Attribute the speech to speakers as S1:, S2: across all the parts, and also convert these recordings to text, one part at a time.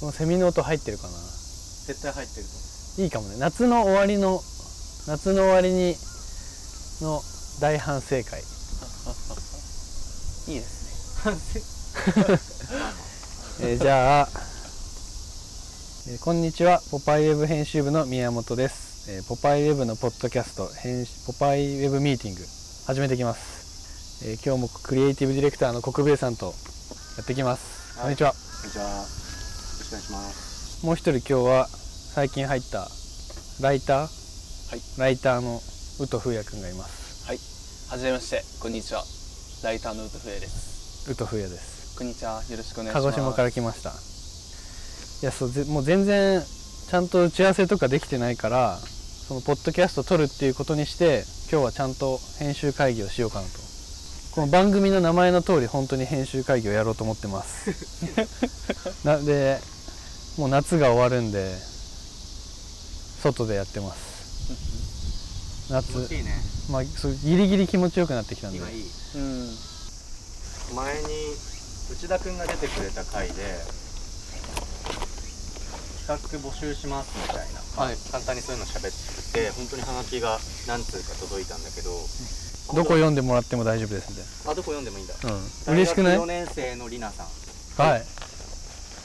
S1: このセミの音入ってるかな
S2: 絶対入ってると
S1: いいかもね夏の終わりの夏の終わりにの大反省会
S2: 思ういいです
S1: えーじゃあ、えーこんにちはポパイウェブ編集部の宮本です、えーポパイウェブのポッドキャスト編集ポパイウェブミーティング始めていきます、えー今日もクリエイティブディレクターの国兵衛さんとやってきます、
S2: はい
S1: こんにちは
S2: ねじゃあよろしくお願いします
S1: もう一人今日は最近入ったライター、
S2: はい
S1: ライターの宇都風也くんがいます
S3: はい。はじめまして。こんにちは。ライターのウトフエです。
S1: 宇都風也です
S3: こんにちは。よろしくお願いしま
S1: 鹿
S3: す。
S1: 児島から来ましたいやそうぜもう全然ちゃんと打ち合わせとかできてないからそのポッドキャスト撮るっていうことにして今日はちゃんと編集会議をしようかなとこの番組の名前の通り本当に編集会議をやろうと思ってますなんでもう夏が終わるんで外でやってます
S2: 気持
S1: 夏
S2: ちいいね
S1: まあそうギリギリ気持ちよくなってきたんで
S2: 今いい
S3: うん。
S2: 前に内田君が出てくれた回で企画募集しますみたいな、
S3: はい
S2: 簡単にそういうの喋って本当にハガキが何通か届いたんだけど
S1: どこ読んでもらっても大丈夫ですんで
S2: あどこ読んでもいいんだ
S1: うん嬉しくない
S2: 大学4年生のりなさん
S1: はい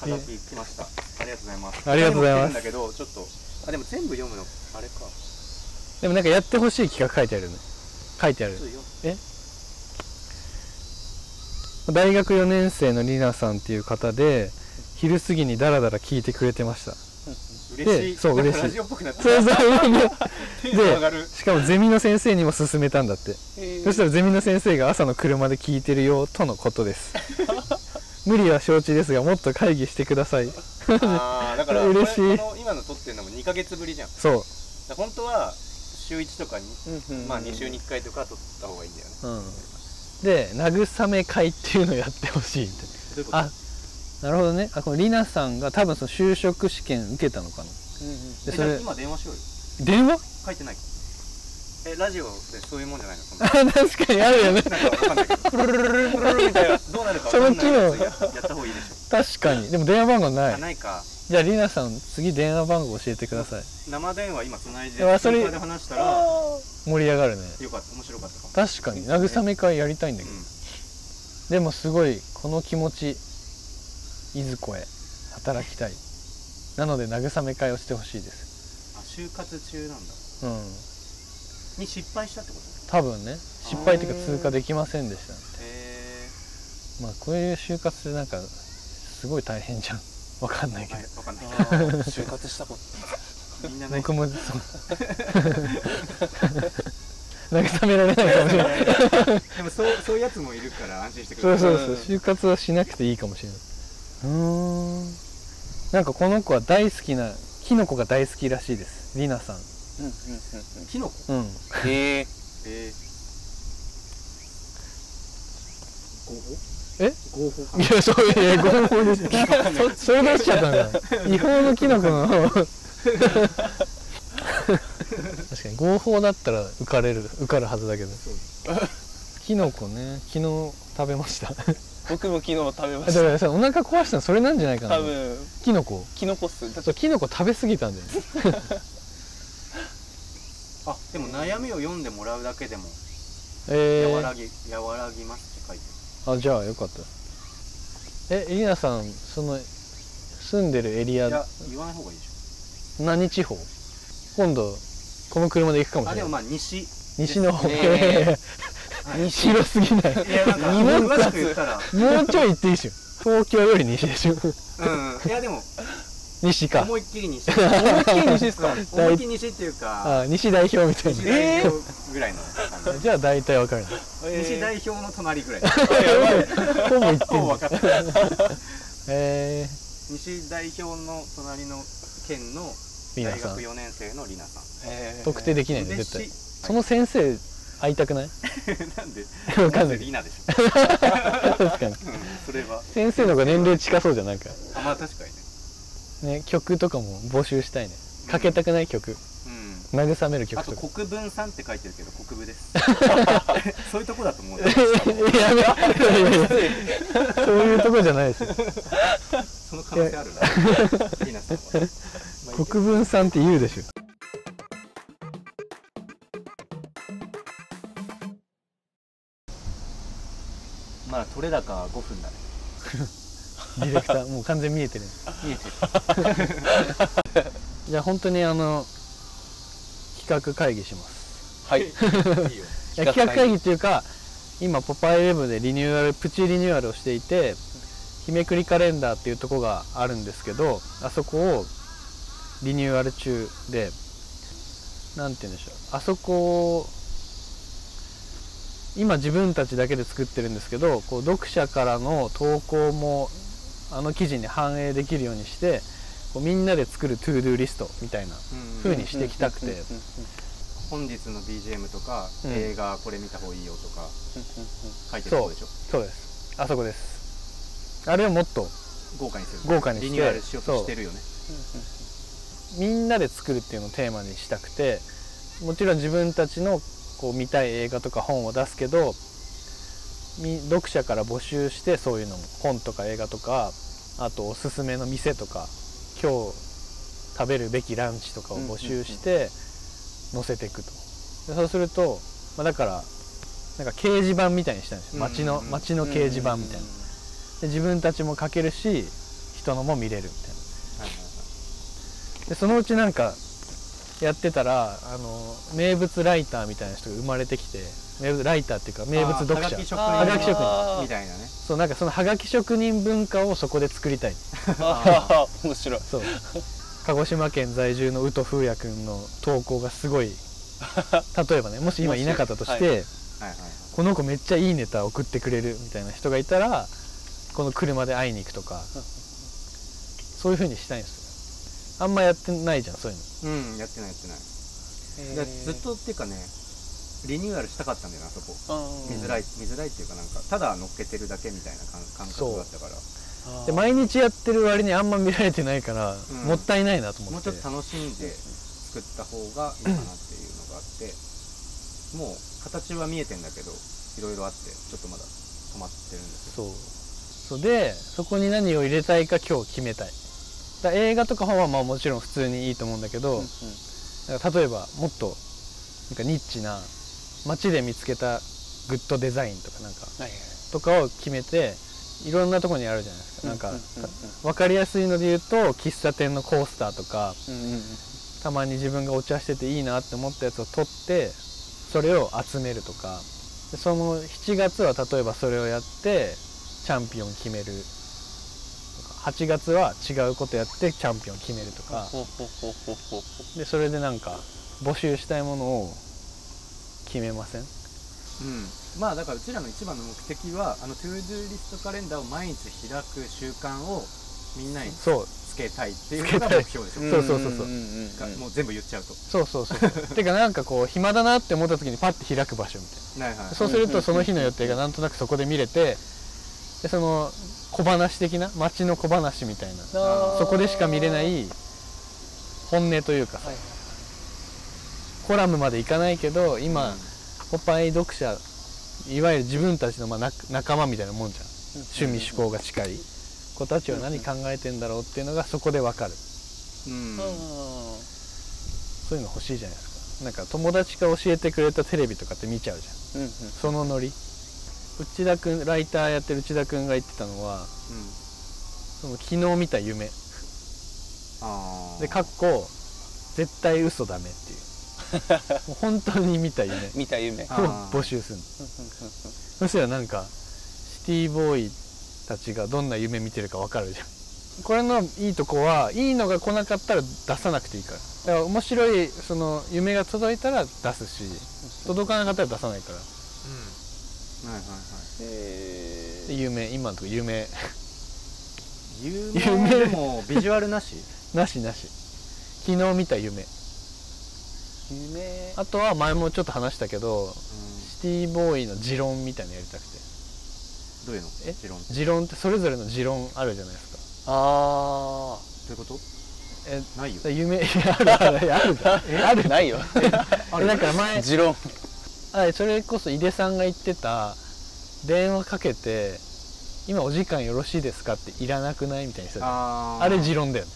S2: ハガキ来ましたありがとうございます
S1: ありがとうございます
S2: 他にも来てるんだけどちょっとあでも全部読むのあれかち
S1: でもなんかやってほしい企画書いてあるね書いてある
S2: ょっと読む
S1: 大学4年生のりなさんっていう方で昼過ぎにダラダラ聞いてくれてま した
S2: 嬉しい
S1: そう
S2: なん
S1: 嬉し
S2: か
S1: い
S2: ラジオっぽくなっ て
S1: そうそう
S2: テンション上がる
S1: でしかもゼミの先生にも勧めたんだってそしたらゼミの先生が朝の車で聞いてるよとのことです 無理は承知ですがもっと会議してください
S2: あーだから
S1: 嬉しい
S2: これこの今の撮ってるのも2ヶ月ぶりじゃんだ
S1: そ
S2: から本当は週1とかに
S3: うんうん
S2: まあ2週に1回とか撮った方がいいんだよね
S1: う、うん、で慰め会っていうのやってほしいみたいな
S2: どういうこと
S1: あなるほどねあこのりなさんが多分その就職試験受けたのかなでそ
S2: えじゃあ
S1: れ
S2: 今電話しようよ
S1: 電話
S2: 書いてないえラジオでそういうもんじゃないのそんな
S1: あ 確かにあるよね
S2: なんかわかんないけ どプルルルルルルルみたいなどうなるかわかんないやつや
S1: そ
S2: やった方がいいでしょ
S1: 確かにでも電話番号な
S2: あ
S1: い
S2: ないか
S1: じゃありなさん次電話番号教えてください
S2: 生電話今つないで
S1: いやそれ
S2: 電話で話したら
S1: 盛り上がるね
S2: よかった面白かったかも
S1: 確かに慰め会やりたいんだ
S2: う
S1: けど、
S2: ん
S1: でもすごいこの気持ちいずこへ働きたいなので慰め会をしてほしいです
S2: あ就活中なんだ
S1: うん
S2: に失敗したってこと
S1: 多分ね失敗というか通過できませんでしたね
S2: へえ
S1: まあこういう就活ってなんかすごい大変じゃんわかんないけど、
S2: はいわかんない
S3: あー就活したこと。
S2: みんなない
S1: 僕もそう 慰められないかもしれない
S2: でもそうそういうやつもいるから安心してく
S1: そう
S2: ださ
S1: そ
S2: いう
S1: そう、就活はしなくていいかもしれない。うーん。なんかこの子は大好きな、キノコが大好きらしいです。りなさん。
S3: うんうん
S2: キノコ
S1: うん。
S3: うん。へえ。
S2: え
S1: え
S2: 合法
S1: いや、そういう、合法です。それ出しちゃったんだ。違法のキノコの。確かに合法だったら浮かれる浮かるはずだけど
S2: う
S1: キノコね昨日食べました
S3: 僕も昨日食べま
S1: だ
S3: し
S1: か
S3: た。
S1: らさお腹壊したのそれなんじゃないかな
S3: 多分
S1: キノコ
S3: キノコ酢。だ
S1: そうキノコ食べ過ぎたんだよね
S2: あでも悩みを読んでもらうだけでも
S1: えー
S2: 和らぎ、和らぎますって書いて
S1: あじゃあよかったえりなさんその住んでるエリ
S2: あるいや
S1: ア
S2: 言わない方がいいでし
S1: 何地方今度この車で行くか
S2: ょ
S1: も
S2: あ
S1: し
S2: で
S1: れ
S2: も
S1: ない
S2: まあ西
S1: 西の方
S3: ね
S1: へへへ 広すぎない
S2: いやなんか
S1: もう
S2: 詳しく言ったら
S1: もうちょい行っていいでし ょ東京より西でしょ
S2: うんいやでも
S1: 西か
S2: 思いっきり西
S3: 思いっきり西ですか。
S2: 思いっきり西っていうか
S1: あ西代表みたい
S2: 西
S1: な、
S2: 代表ぐらいの感じ
S1: じゃあ大体わかるな
S2: 西代表の隣ぐらい
S1: ほぼ行ってん
S2: もう
S1: だ
S2: 分かった
S1: え
S2: 西代表の隣の県の
S1: ー、りな
S2: 大
S1: さ
S2: 学
S1: ん
S2: 4年生のりなさん
S3: えー
S1: 特定できないね
S2: で
S1: 絶対
S2: し
S1: その先生会いたくない
S2: なんで
S1: わかんな
S2: ず
S1: い
S2: りなでしょ
S1: 確かに
S2: うんそれは
S1: 先生の方が年齢近そうじゃんなんか
S2: あまあ確かにね
S1: ね曲とかも募集したいねかけたくない曲、
S2: うん
S1: 慰める曲
S2: あ
S1: と
S2: と
S1: か
S2: 国分さんって書いてるけど国分です そういうとこだと思うよ
S1: やめそういうとこじゃないですよ
S2: その可能性あるなリナさんは、まあいいけど
S1: 国分さんって言うでしょ
S2: まあ取れ高5分だね
S1: ディレクター もう完全に見えてる
S2: 見えてる
S1: じゃあ本当にあの企画会議します
S3: は い。
S2: いい
S1: い
S2: よ
S1: や企
S3: 企
S1: 画
S3: 画会
S1: 会
S3: 議
S1: 議っていうか今「ポパイウェブ」でリニューアルプチリニューアルをしていて日めくりカレンダーっていうとこがあるんですけどあそこをリニューアル中でなんて言うんでしょうあそこを今自分たちだけで作ってるんですけどこう読者からの投稿もあの記事に反映できるようにしてこうみんなで作るトゥードゥーリストみたいな風にしてきたくて
S3: うんうんうん
S2: 本日の BGM とか、
S1: うん
S2: 映画これ見た方がいいよとか
S3: う
S2: 書いてるとこでしょ
S1: そうですあそこですあれをもっと
S2: 豪華にする
S1: 豪華にして
S2: リニューアルしようとしてるよね
S1: みんなで作るっていうのをテーマにしたくてもちろん自分たちのこう見たい映画とか本を出すけどみ読者から募集してそういうのも本とか映画とかあとおすすめの店とか今日食べるべきランチとかを募集して載せていくとでそうすると、まあ、だからなんか掲示板みたいにしたんですよ街
S2: うん
S1: の
S2: うんうん
S1: 街の掲示板みたいなで自分たちも書けるし人のも見れるみたいな
S2: はいはいはい
S1: でそのうちなんかやってたらあの名物ライターみたいな人が生まれてきて名物ライターっていうか名物読者
S2: あーはがき職人
S3: あー
S2: みたいなね
S1: そうなんかそのハガキ職人文化をそこで作りたい
S3: あー面白い。
S1: そう鹿児島県在住の宇都風也くんの投稿がすごい例えばねもし今いなかったとして、
S2: はいはい
S1: この子めっちゃいいネタ送ってくれるみたいな人がいたらこの車で会いに行くと かそういう風にしたいんですよあんまやってないじゃんそういうの
S2: はいうんやってないやってないだずっとっていうかねリニューアルしたかったんだよなそこ見づらい見づらいっていうかなんかただ乗っけてるだけみたいな感感
S1: そう
S2: 覚だったから
S1: で毎日やってる割にあんま見られてないから、
S2: うん
S1: もったいないなと思
S2: もう
S1: っ
S2: ち
S1: て
S2: ょっと楽しんで作った方がいいかなっていうのがあってもう形は見えてんだけどいろいろあってちょっとまだ止まってるんです
S1: そうそうでそこに何を入れたいか今日決めたいだ映画とか本はまあもちろん普通にいいと思うんだけど、なんか例えばもっとなんかニッチな街で見つけたグッドデザインとかなんかとかを決めていろんなとこにあるじゃないですか、
S3: うん
S1: なんか分かりやすいので言うと喫茶店のコースターとかたまに自分がお茶してていいなって思ったやつを取ってそれを集めるとかでその7月は例えばそれをやってチャンピオン決めるとか8月は違うことやってチャンピオン決めるとか
S3: ほほほほほほ
S1: でそれでなんか募集したいものを決めません
S2: うん、まあだからうちらの一番の目的はあのトゥードゥーリストカレンダーを毎日開く習慣をみんなに
S1: そう
S2: つけたいっていうのが目標でしょ、
S1: つそうそうそうそうん
S3: んん
S2: がもう全部言っちゃうと、
S1: そうそうそうてかなんかこう暇だなって思った時にパッて開く場所みたいな
S2: はいはい
S1: そうするとその日の予定がなんとなくそこで見れてでその小話的な街の小話みたいな
S3: あー
S1: そこでしか見れない本音というかさ、
S3: はい
S1: コラムまでいかないけど今、
S2: うん
S1: ポパイ読者いわゆる自分たちのまあな仲間みたいなもんじゃん趣味趣向が近い子たちは何考えてんだろうっていうのがそこでわかる
S2: うん
S3: あ
S1: そういうの欲しいじゃないですかなんか友達が教えてくれたテレビとかって見ちゃうじゃん
S3: ーうんうん
S1: そのノリ内田君ライターやってる内田君が言ってたのは
S2: うん
S1: その昨日見た夢
S2: あー
S1: でかっこ絶対嘘ダメっていう もう本当に見た夢
S3: 見た夢
S1: を
S2: あー
S1: 募集するのそしたらなんかシティボーイたちがどんな夢見てるかわかるじゃんこれのいいとこはいいのが来なかったら出さなくていいからだから面白いその夢が届いたら出すし届かなかったら出さないから
S2: はいはいは
S3: え
S1: で
S3: ー
S1: 夢今のとこ夢
S2: い有名でもビジュアルなし
S1: なしなし昨日見た夢
S3: 夢
S1: あとは前もちょっと話したけど
S2: うん
S1: シティボーイの持論みたいなのやりたくて
S2: どういうの
S1: え
S2: 持論って
S1: 持論ってそれぞれの持論あるじゃないですか
S3: あ
S2: どういうこと
S1: ええ
S2: ないよ
S1: だ夢 いやあるあるいやあるじゃん
S3: あるないよ
S1: えなんか前
S3: 持論
S1: あそれこそ井出さんが言ってた電話かけて「今お時間よろしいですか?」っていらなくないみたいにさ
S2: あー
S1: あれ持論だよね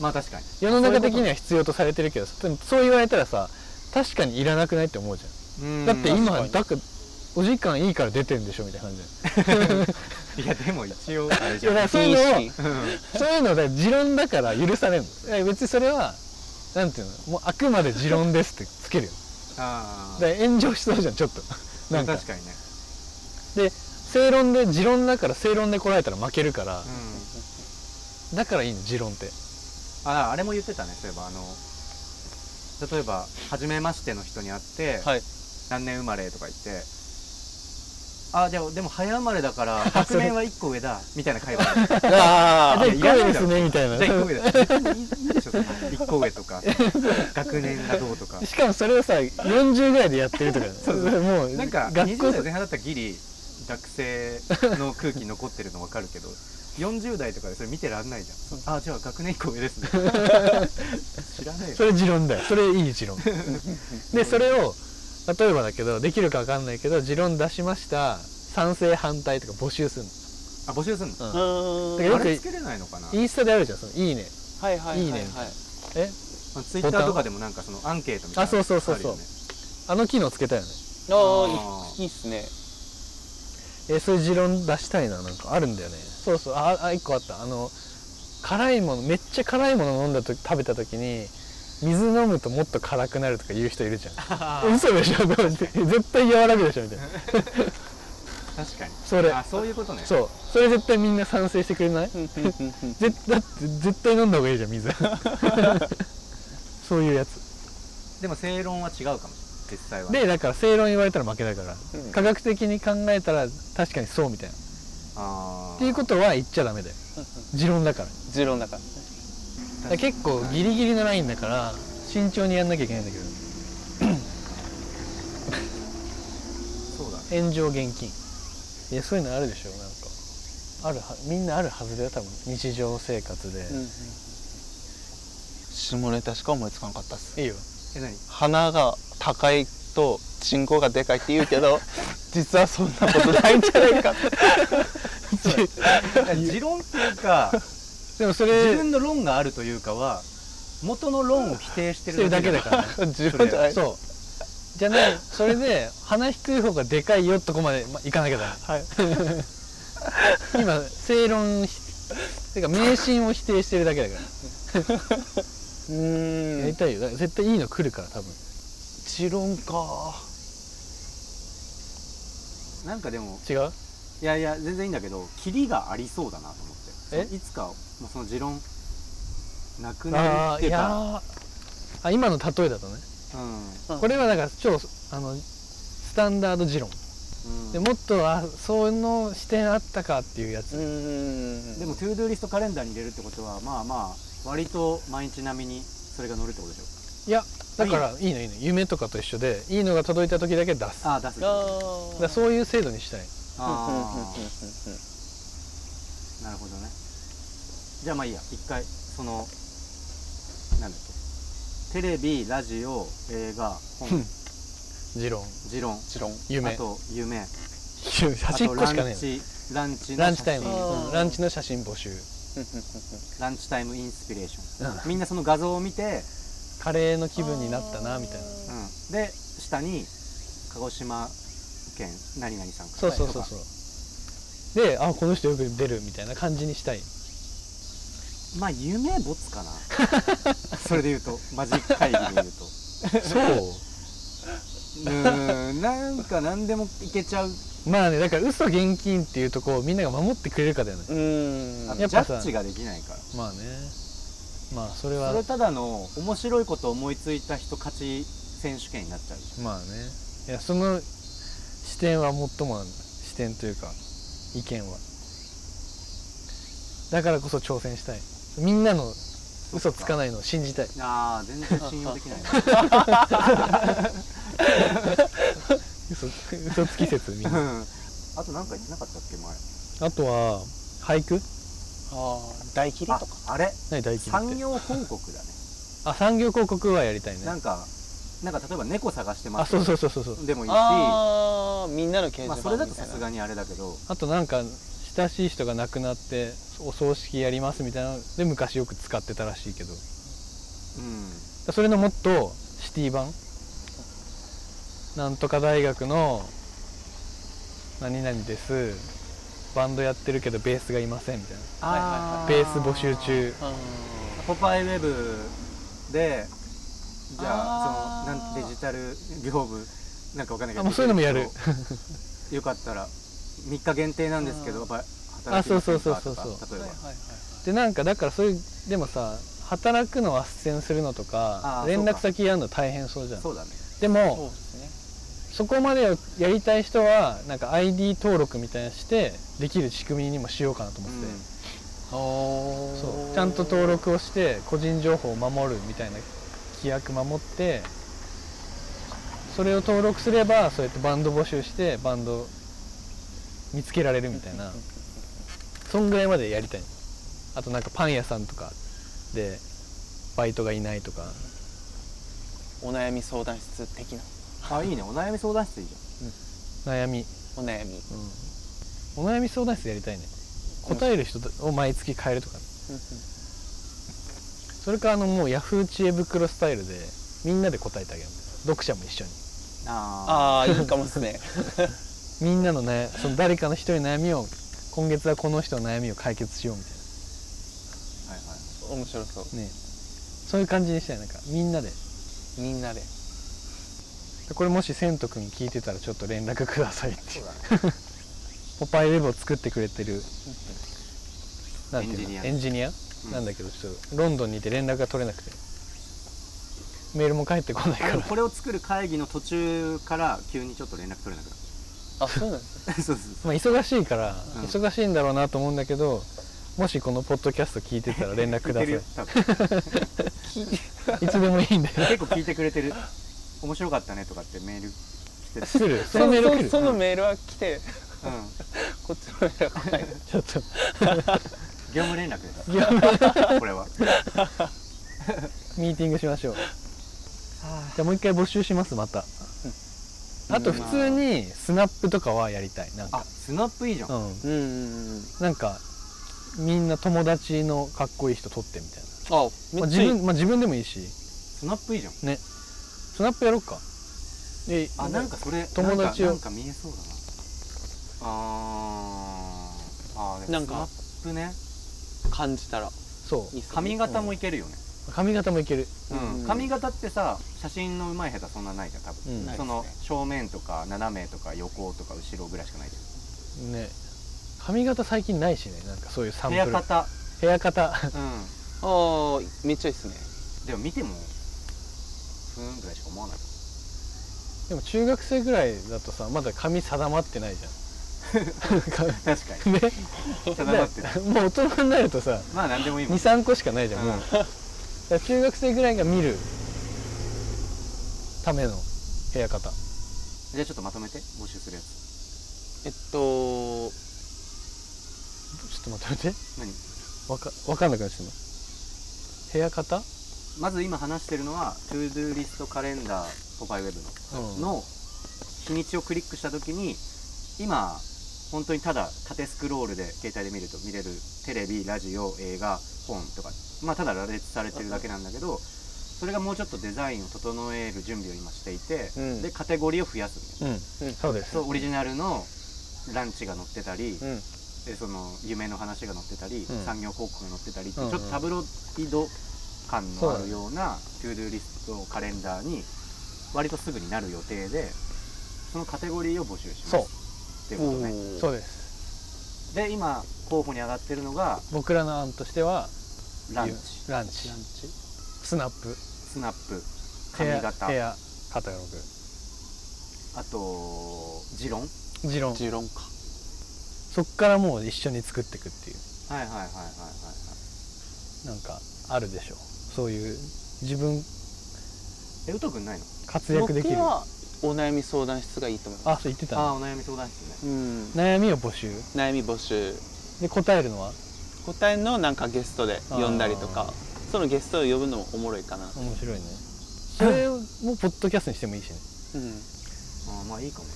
S2: まあ確かに
S1: 世の中的には必要とされてるけどさでもそう言われたらさ確かにいらなくないって思うじゃんだって
S3: 確か
S1: 今
S3: に
S1: だくお時間いいから出てんでしょみたいな感じじ
S2: いやでも一応 あれじ
S1: ゃんい
S2: ゃ
S1: やだ
S2: ん
S1: からそういうのを
S3: 非意識
S1: そういうので持論だから許されるのいや別にそれはなんていうのもうあくまで持論ですってつけるよ
S2: あ
S1: だ
S2: ー
S1: から炎上しそうじゃんちょっとなんか
S2: 確かにね
S1: で正論で持論だから正論で来られたら負けるから
S2: う、ん
S1: だからいいの持論って
S2: ああれも言ってたねそういえばあの例えば初めましての人に会って、
S3: はい
S2: 何年生まれとか言ってあじゃあでも早生まれだから 学年は1個上だみたいな会話じ
S1: あ
S3: あ
S1: で
S2: い
S1: 1
S2: や
S1: 個
S2: い
S1: 上
S2: や
S1: ですねみたい
S2: ゃあ
S1: な
S2: 1個 上だいいでしょそんな1個上とか学年がどうと か
S1: しかもそれをさ40ぐらいでやってると か、ね、もう
S2: なんか
S1: 学
S2: 20
S1: 校
S2: 代前半だったらギリ学生の空気残ってるの分かるけ ど40代とかでそれ見てらんないじゃんあじゃあ学年1個 上ですね知らないよ
S1: それ持論だよそれいい持 論でそれを例えばだけどできるかわかんないけど持論出しました賛成反対とか募集する
S2: あ募集するの、
S1: の、うん
S3: ー
S1: だけ
S3: うん
S1: どよ
S2: あ
S1: く
S2: れつけれないのかな
S1: インスタであるじゃんそのいいね
S3: はいはいい
S1: い
S3: はい
S1: ね
S3: はい
S1: え
S2: まあ、ツイッターとかでもなんかそのアンケートみたいな
S1: あそうそうそうそう
S2: あるよね
S1: あの機能つけたよね
S3: あ
S2: あ
S3: あいいっすね
S1: えそういう持論出したいななんかあるんだよねそうそうああ1個あったあの辛いものめっちゃ辛いもの飲んだと食べた時に水飲むともっと辛くなるとか言う人いるじゃん 嘘でしょと思って絶対和らぐでしょみたい な
S2: 確かに
S1: それ
S2: あそういうことね
S1: そうそれ絶対みんな賛成してくれない絶だって絶対飲んだ方がいいじゃん 水そういうやつ
S2: でも正論は違うかもしれない実際は
S1: でだから正論言われたら負けだから、
S3: うん
S1: 科学的に考えたら確かにそうみたいな
S2: あー
S1: っていうことは言っちゃダメだよ持論だから
S3: 持論だから
S1: だから結構ギリギリのラインだから慎重にやんなきゃいけないんだけど
S2: そうだね
S1: 炎上現金いやそういうのあるでしょなんかあるはみんなあるはずだよ多分日常生活で、
S3: 下ネタしか思いつかなかったっす
S1: いいよ
S2: え 何
S3: 鼻が高いとチンコがでかいって言うけど実はそんなことないんじゃな いか
S2: いや持論っていうか
S1: でもそれ
S2: 自分の論があるというかは元の論を否定して
S1: してる
S2: る
S1: だけだ
S2: ら
S1: から
S3: 持論じゃない
S1: そうじゃないそれで鼻低い方がでかいよとこまで、まあ、いかなきゃだ
S3: はい
S1: 今正論ひてか迷信を否定してるだけだから、やり
S3: ん
S1: たいよだから絶対いいの来るから多分
S3: 持論か
S2: なんかでも
S1: 違う
S2: いやいや全然いいんだけどキリがありそうだなと思って
S1: え
S2: そのいつかもうその持論なくな
S1: あ
S2: るっ
S1: あーい
S2: てい
S1: うや
S2: か
S1: ーあ今の例えだとね
S2: うん
S1: これはだから超あのスタンダード持論
S2: うん
S1: でもっとあその視点あったかっていうやつ、
S3: うん
S2: でも、トゥードゥーリストカレンダーに入れるってことは、まあまあ、割と毎日並みにそれが乗るってことでしょ
S1: いやだからいいのいいの夢とかと一緒でいいのが届いた時だけ出すだか
S2: ああ、出す。
S3: あ
S1: らそういう制度にしたい
S2: ああ、なるほどね。じゃあまあいいや、一回、その、なんだっけ、テレビ、ラジオ、映画、本、
S1: 持論
S2: 持論、
S3: 持論
S1: 夢
S2: あと夢、あ
S1: 端っ
S2: と
S1: こしか
S2: ラ
S1: ね
S2: ンチ、ランチ
S1: え
S2: の
S1: のランチタイム
S2: 写真
S3: あー
S1: うんランチの写真募集
S2: ランチタイムインスピレーショ
S1: う
S2: ン。みんなその画像を見て、
S1: カレーの気分になったなみたいな
S2: うん、で、下に、鹿児島県何々さんか
S1: そう
S2: ら
S1: そうそうそうであこの人よく出るみたいな感じにしたい
S2: まあ夢ボツかな それで言うとマジック会議で言う と
S1: そう
S2: うーんなんか何でもいけちゃう
S1: まあねだから嘘現金っていうとこをみんなが守ってくれるかだよね
S3: うん
S2: あ
S1: やっ
S2: とジャ
S1: ぱさ
S2: ッジができないか
S1: まあねまあそれ
S2: ら
S1: は
S2: それただの面白いことを思いついた人勝ち選手権になっちゃうじ
S1: まあねいやその視点は最もなんだ視点というか意見はだからこそ挑戦したいみんなの嘘つかないのを信じたい
S2: ゃんあー全然信用でき ないな
S1: 嘘嘘 つき説みんな
S2: あとなんか言ってなかったっけ前
S1: あとは俳句
S3: あ大切りと
S2: あ
S3: か
S2: あれ
S1: 何大切りって
S2: 産業報告だね
S1: あ産業広告はやりたいね
S2: なんかなんか例えば猫探してま
S1: あ
S2: す
S1: そうそうそうそうそう
S2: でもいいし
S3: ああみんなの掲
S2: まあ、
S3: 示
S2: そ
S3: 板みた
S2: れだ
S3: い
S2: と
S3: な
S2: さすがにあれだけど
S1: あとなんか親しい人が亡くなってお葬式やりますみたいなので昔よく使ってたらしいけど
S2: うん
S1: それのもっとシティ版なんとか大学の何々ですバンドやってるけどベースがいませんみたいな
S2: あ
S1: ベース募集中
S3: あ
S2: ポパイウェブでじゃあ
S3: あー
S2: そのなんデジタル業務なんかわかんないけ
S1: あ
S2: ど
S1: もうそういうのもやる
S2: よかったら3日限定なんですけどや
S3: う
S2: っ
S3: ん
S2: ぱり働きません
S1: あそうそ
S2: かとか
S1: うそうそう
S2: 例えば、
S3: はい
S1: でなんかだからそういうでもさ働くのを斡旋するのとか
S2: あー
S1: 連絡先やるの大変そうじゃん
S2: そうだね
S1: で
S3: そう
S1: も
S3: ですね
S1: そこまでをやりたい人はなんか ID 登録みたいなのしてできる仕組みにもしようかなと思ってて、
S3: お
S1: そうちゃんと登録をして個人情報を守るみたいな規約守ってそれを登録すればそうやってバンド募集してバンド見つけられるみたいなそんぐらいまでやりたいあとなんかパン屋さんとかでバイトがいないとか
S3: お悩み相談室的な
S2: うんあいいねお悩み相談室いいじ
S1: 悩み、
S3: お悩み
S1: お悩み相談室やりたいね答える人を毎月変えるとかそれかあのもうヤフー知恵袋スタイルでみんなで答えてあげる読者も一緒に
S2: ゃんあ
S3: ああいいかもですね
S1: みんなのねその誰かの一人の悩みを今月はこの人の悩みを解決しようみたい
S2: あはいはい
S3: 面白そう
S1: なねそういう感じにしたいなんかみんなで
S3: みんなで
S1: これもし千斗君聞いてたらちょっと連絡くださいってい
S2: そううだね
S1: ポパイウェブを作ってくれてるなんていうの
S2: エンジニア
S1: エンジニア、
S2: うん
S1: なんだけどちょっとロンドンにいて連絡が取れなくてメールも返ってこないか
S2: で
S1: ら
S2: もこれを作る会議の途中から急にちょっと連絡取れな くなっ
S3: あそうなんですね
S2: たそう そうそ
S1: まあ忙しいから、
S2: うん
S1: 忙しいんだろうなと思うんだけどもしこのポッドキャスト聞いてたら連絡
S2: う
S1: くださいい
S2: 聞いてるよ多分
S1: つでもいいんだよ
S2: 結構聞いてくれてる面白かったねとかってメール来て
S1: 来
S2: る、
S1: るそのメール来る
S3: そのメールは来て
S2: うん、
S3: こっちのメールは来ない
S1: ちょっと
S2: 業務連絡です
S1: 業
S2: これは
S1: ミーティングしましょうじゃあもう一回募集しますまた
S3: うん
S1: あと普通にスナップとかはやりたいなん
S2: あ
S1: か
S2: スナップいいじゃん、
S1: うん
S3: うんうんうん
S1: なんかみんな友達のかっこいい人撮ってみたい
S3: あ
S1: な、
S3: め
S1: まあ
S3: っ
S1: 自
S3: ちゃいい
S1: 分まあ自分でもいいし
S2: スナップいいじゃん
S1: ねスナップやろうかえ
S2: あなんかそれ
S1: 友達を
S2: なんかなんか見えそうだなあーあーでも
S3: なんか
S2: スナップね
S3: 感じたら
S1: そ
S3: いいっすね
S2: 髪型もいけるよね、
S1: う髪型もいける
S2: うん
S3: うん
S2: 髪型ってさ写真のうまい下手そんなないじゃん多分、
S1: うん
S3: ない
S2: その
S3: です
S2: 正面とか斜めとか横とか後ろぐらいしかないじ
S1: ね髪型最近ないしねなんかそういうサ
S2: ゃ
S1: ン
S2: ん
S1: プ
S2: 部屋
S1: ル
S2: 型
S1: 部屋型
S2: う
S3: ああめっちゃいいっすね
S2: んでも見てもふーんぐらいしか思わない
S1: でも中学生ぐらいだとさまだ髪定まってないじゃ
S2: 確かに
S1: ん ね
S2: 定ま ってない
S1: もう大人になるとさ
S2: まあ何でもいいもん、
S1: 23個しかないじゃん、もう
S2: うん
S1: だから中学生ぐらいが見るための部屋方
S2: じゃあちょっとまとめて募集するやつ
S3: えっ
S1: ち
S3: と
S1: ょっと待って待って
S2: 何
S1: わかわかんなくなっちゃった部屋方
S2: まず今話してるのは ToDo リストカレンダーポパイウェブの
S1: うん
S2: の日にちをクリックした時に今本当にただ縦スクロールで携帯で見ると見れるテレビラジオ映画本とかまあただ羅列されてるだけなんだけどそれがもうちょっとデザインを整える準備を今していて、
S3: うん
S2: でカテゴリーを増やす
S1: うん、そうです
S2: そうオリジナルのランチが載ってたり、
S3: うん
S2: でその夢の話が載ってたり、
S1: うん
S2: 産業広告が載ってたりって、
S1: うんうん
S2: ちょっとタブロイド感のあるような ToDo リストカレンダーに割とすぐになる予定でそのカテゴリーを募集します
S1: そう
S2: っていうことね
S1: そう
S3: う
S1: です
S2: で今候補に上がってるのが
S1: 僕らの案としては
S2: ランチ
S1: ゆランチ
S3: ランチ
S1: スナップ
S2: スナップ
S1: 部
S2: 髪
S1: 屋
S2: 型
S1: 部屋カタロ
S2: あと持論
S1: グ持論
S3: 持論か
S1: そっからもう一緒に作っていくっていう
S2: はいはいはいはいはいはい
S1: なんかあるでしょそういう自分
S2: えうとくんないの
S1: 活躍できる
S3: 僕はお悩み相談室がいいと思いま
S1: あそう言ってた
S2: ああ
S1: ね
S2: ーお悩み相談室ね
S3: すうん
S1: 悩みを募集
S3: 悩み募集
S1: で答えるのは
S3: 個体のなんかゲストで呼んだりとかそのゲストを呼ぶのもおもろいかな、
S1: 面白いねそれをポッドキャストにしてもいいしね
S3: うん、
S2: あーまあいいかもね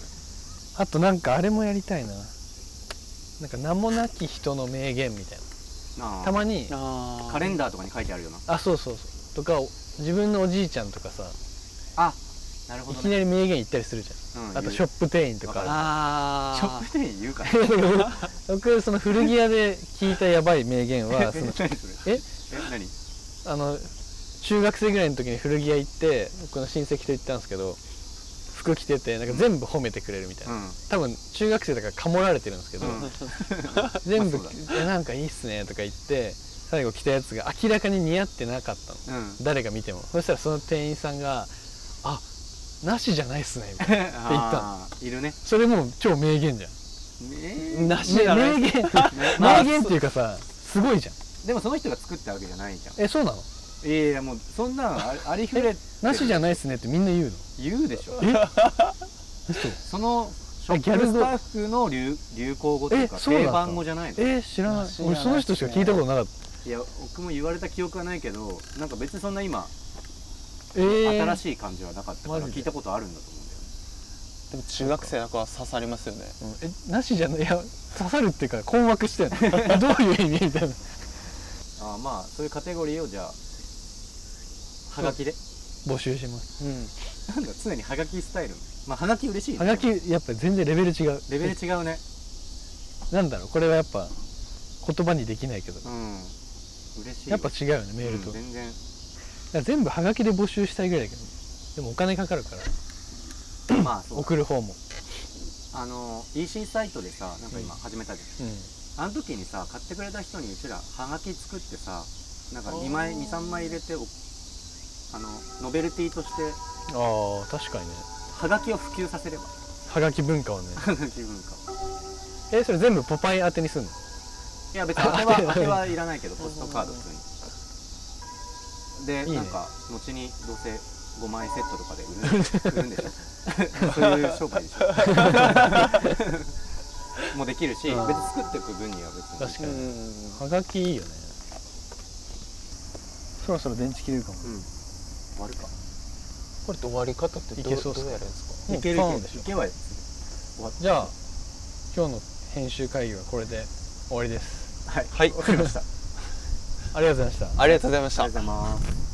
S1: あとなんかあれもやりたいななんか名もなき人の名言みたい
S2: あ
S1: な
S2: ー
S1: たまにあ
S3: あ
S2: カレン
S3: ダ
S2: ダーとかに書いてあるよな
S1: そうそうそうとか自分のおじいちゃんとかさ
S2: あなるほ
S1: い
S2: ど
S1: きな
S2: ね
S1: り名言言ったりするじゃん、
S2: うん
S1: あとショップ店員とか
S3: あ
S2: ショ
S3: ー
S2: ップ店員言うから
S1: 僕その古着屋で聞いたやばい名言 はその
S2: 何それ
S1: え
S2: え何
S1: あの中学生ぐらいの時に古着屋行って僕の親戚と行ったんですけど服着ててなんか全部褒めてくれるみたいな、
S2: うん
S1: 多分中学生だからかもられてるんですけど、
S2: うん
S1: 全部
S2: まあ
S1: 「
S2: そ
S1: いやなんかいいっすね」とか言って最後着たやつが明らかに似合ってなかったの
S2: うん
S1: 誰が見てもそしたらその店員さんが「あなしじゃないっすね」みたいな
S2: あーいるね
S1: それもう超名言じゃん
S2: ね
S3: なしじゃな
S1: め
S3: い
S1: 名言
S2: まあ
S1: 名言っていうかさすごいじゃん
S2: でもその人が作ったわけじゃないじゃん
S1: えそうなの
S2: いやいやもうそんなのありありふれ
S1: なしじ
S2: ゃ
S1: ゃないっすねってみんな言うの
S2: 言うでしょ
S1: 嘘
S2: そのショッ
S1: ギャ
S2: プ
S1: ル語
S2: スタッフの流流行語というか
S1: えそうだっ
S2: 定
S1: た
S2: 番語じゃないの
S1: えー知らな
S3: ないしじゃない
S1: 俺
S3: っすね
S1: その人しか聞いたことなかった
S2: いや僕も言われた記憶はないけどなんか別にそんな今
S1: えー、
S2: 新しい感じはなかったか
S1: マ
S2: ら
S1: ジで
S2: 聞いたことあるんだと思うんだよね
S3: でも中学生だから刺さりますよね
S1: えなしじゃないいや刺さるっていうか困惑してんのどういう意味みたいな
S2: ああまあそういうカテゴリーをじゃあはがきで
S1: 募集します
S3: うん
S2: なんだ常にはがきスタイルまあはがき嬉しいね
S1: はがきやっぱ全然レベル違う
S2: レベル違うね
S1: なんだろうこれはやっぱ言葉にできないけど
S2: うん嬉しい
S1: やっぱ違うよねメール
S2: う
S1: と、
S2: ん
S1: だか ら全
S2: 全然
S1: 部はがきで募集したいぐらいだけどでもお金かかるから
S2: まあそう
S1: 送る方も、
S2: あの EC サイトでさなんか今始めたじゃん
S1: うん、
S2: あの時にさ買ってくれた人にうちらハガキ作ってさなんか
S3: あー
S2: 2枚23枚入れておあのノベルティとして
S1: ああ確かにね
S2: ハガキを普及させれば
S1: はがき文化をね
S2: ハガキ文化を
S1: えそれ全部ポパイ宛てにすんの
S2: いや別に当ては当てはいらないけどポストカード普通にで
S1: いいね
S2: なんか後にどうせ5枚セットとかで売るんでしょ売るん でしょそういう商売でしょもうできるし別
S1: うん
S2: に作っていく分には別に
S1: 確か
S3: う
S1: に
S3: ん
S1: はがきいいよねそろそろ電池切れるかも
S2: うん終わるか
S3: これって終わり方って
S1: い
S3: ど
S1: け
S3: う
S1: そうっすか
S3: どうやるんです
S1: も
S2: いうけるい
S1: パ
S2: け
S1: ン
S2: る
S1: でしょ
S2: いけは終わっ
S1: じゃあ今日の編集会議はこれで終わりです
S2: はい
S3: はい
S2: わかりました。あり
S1: ありがとうございました
S3: かありがとうございまし
S2: がと
S3: た
S2: うございます。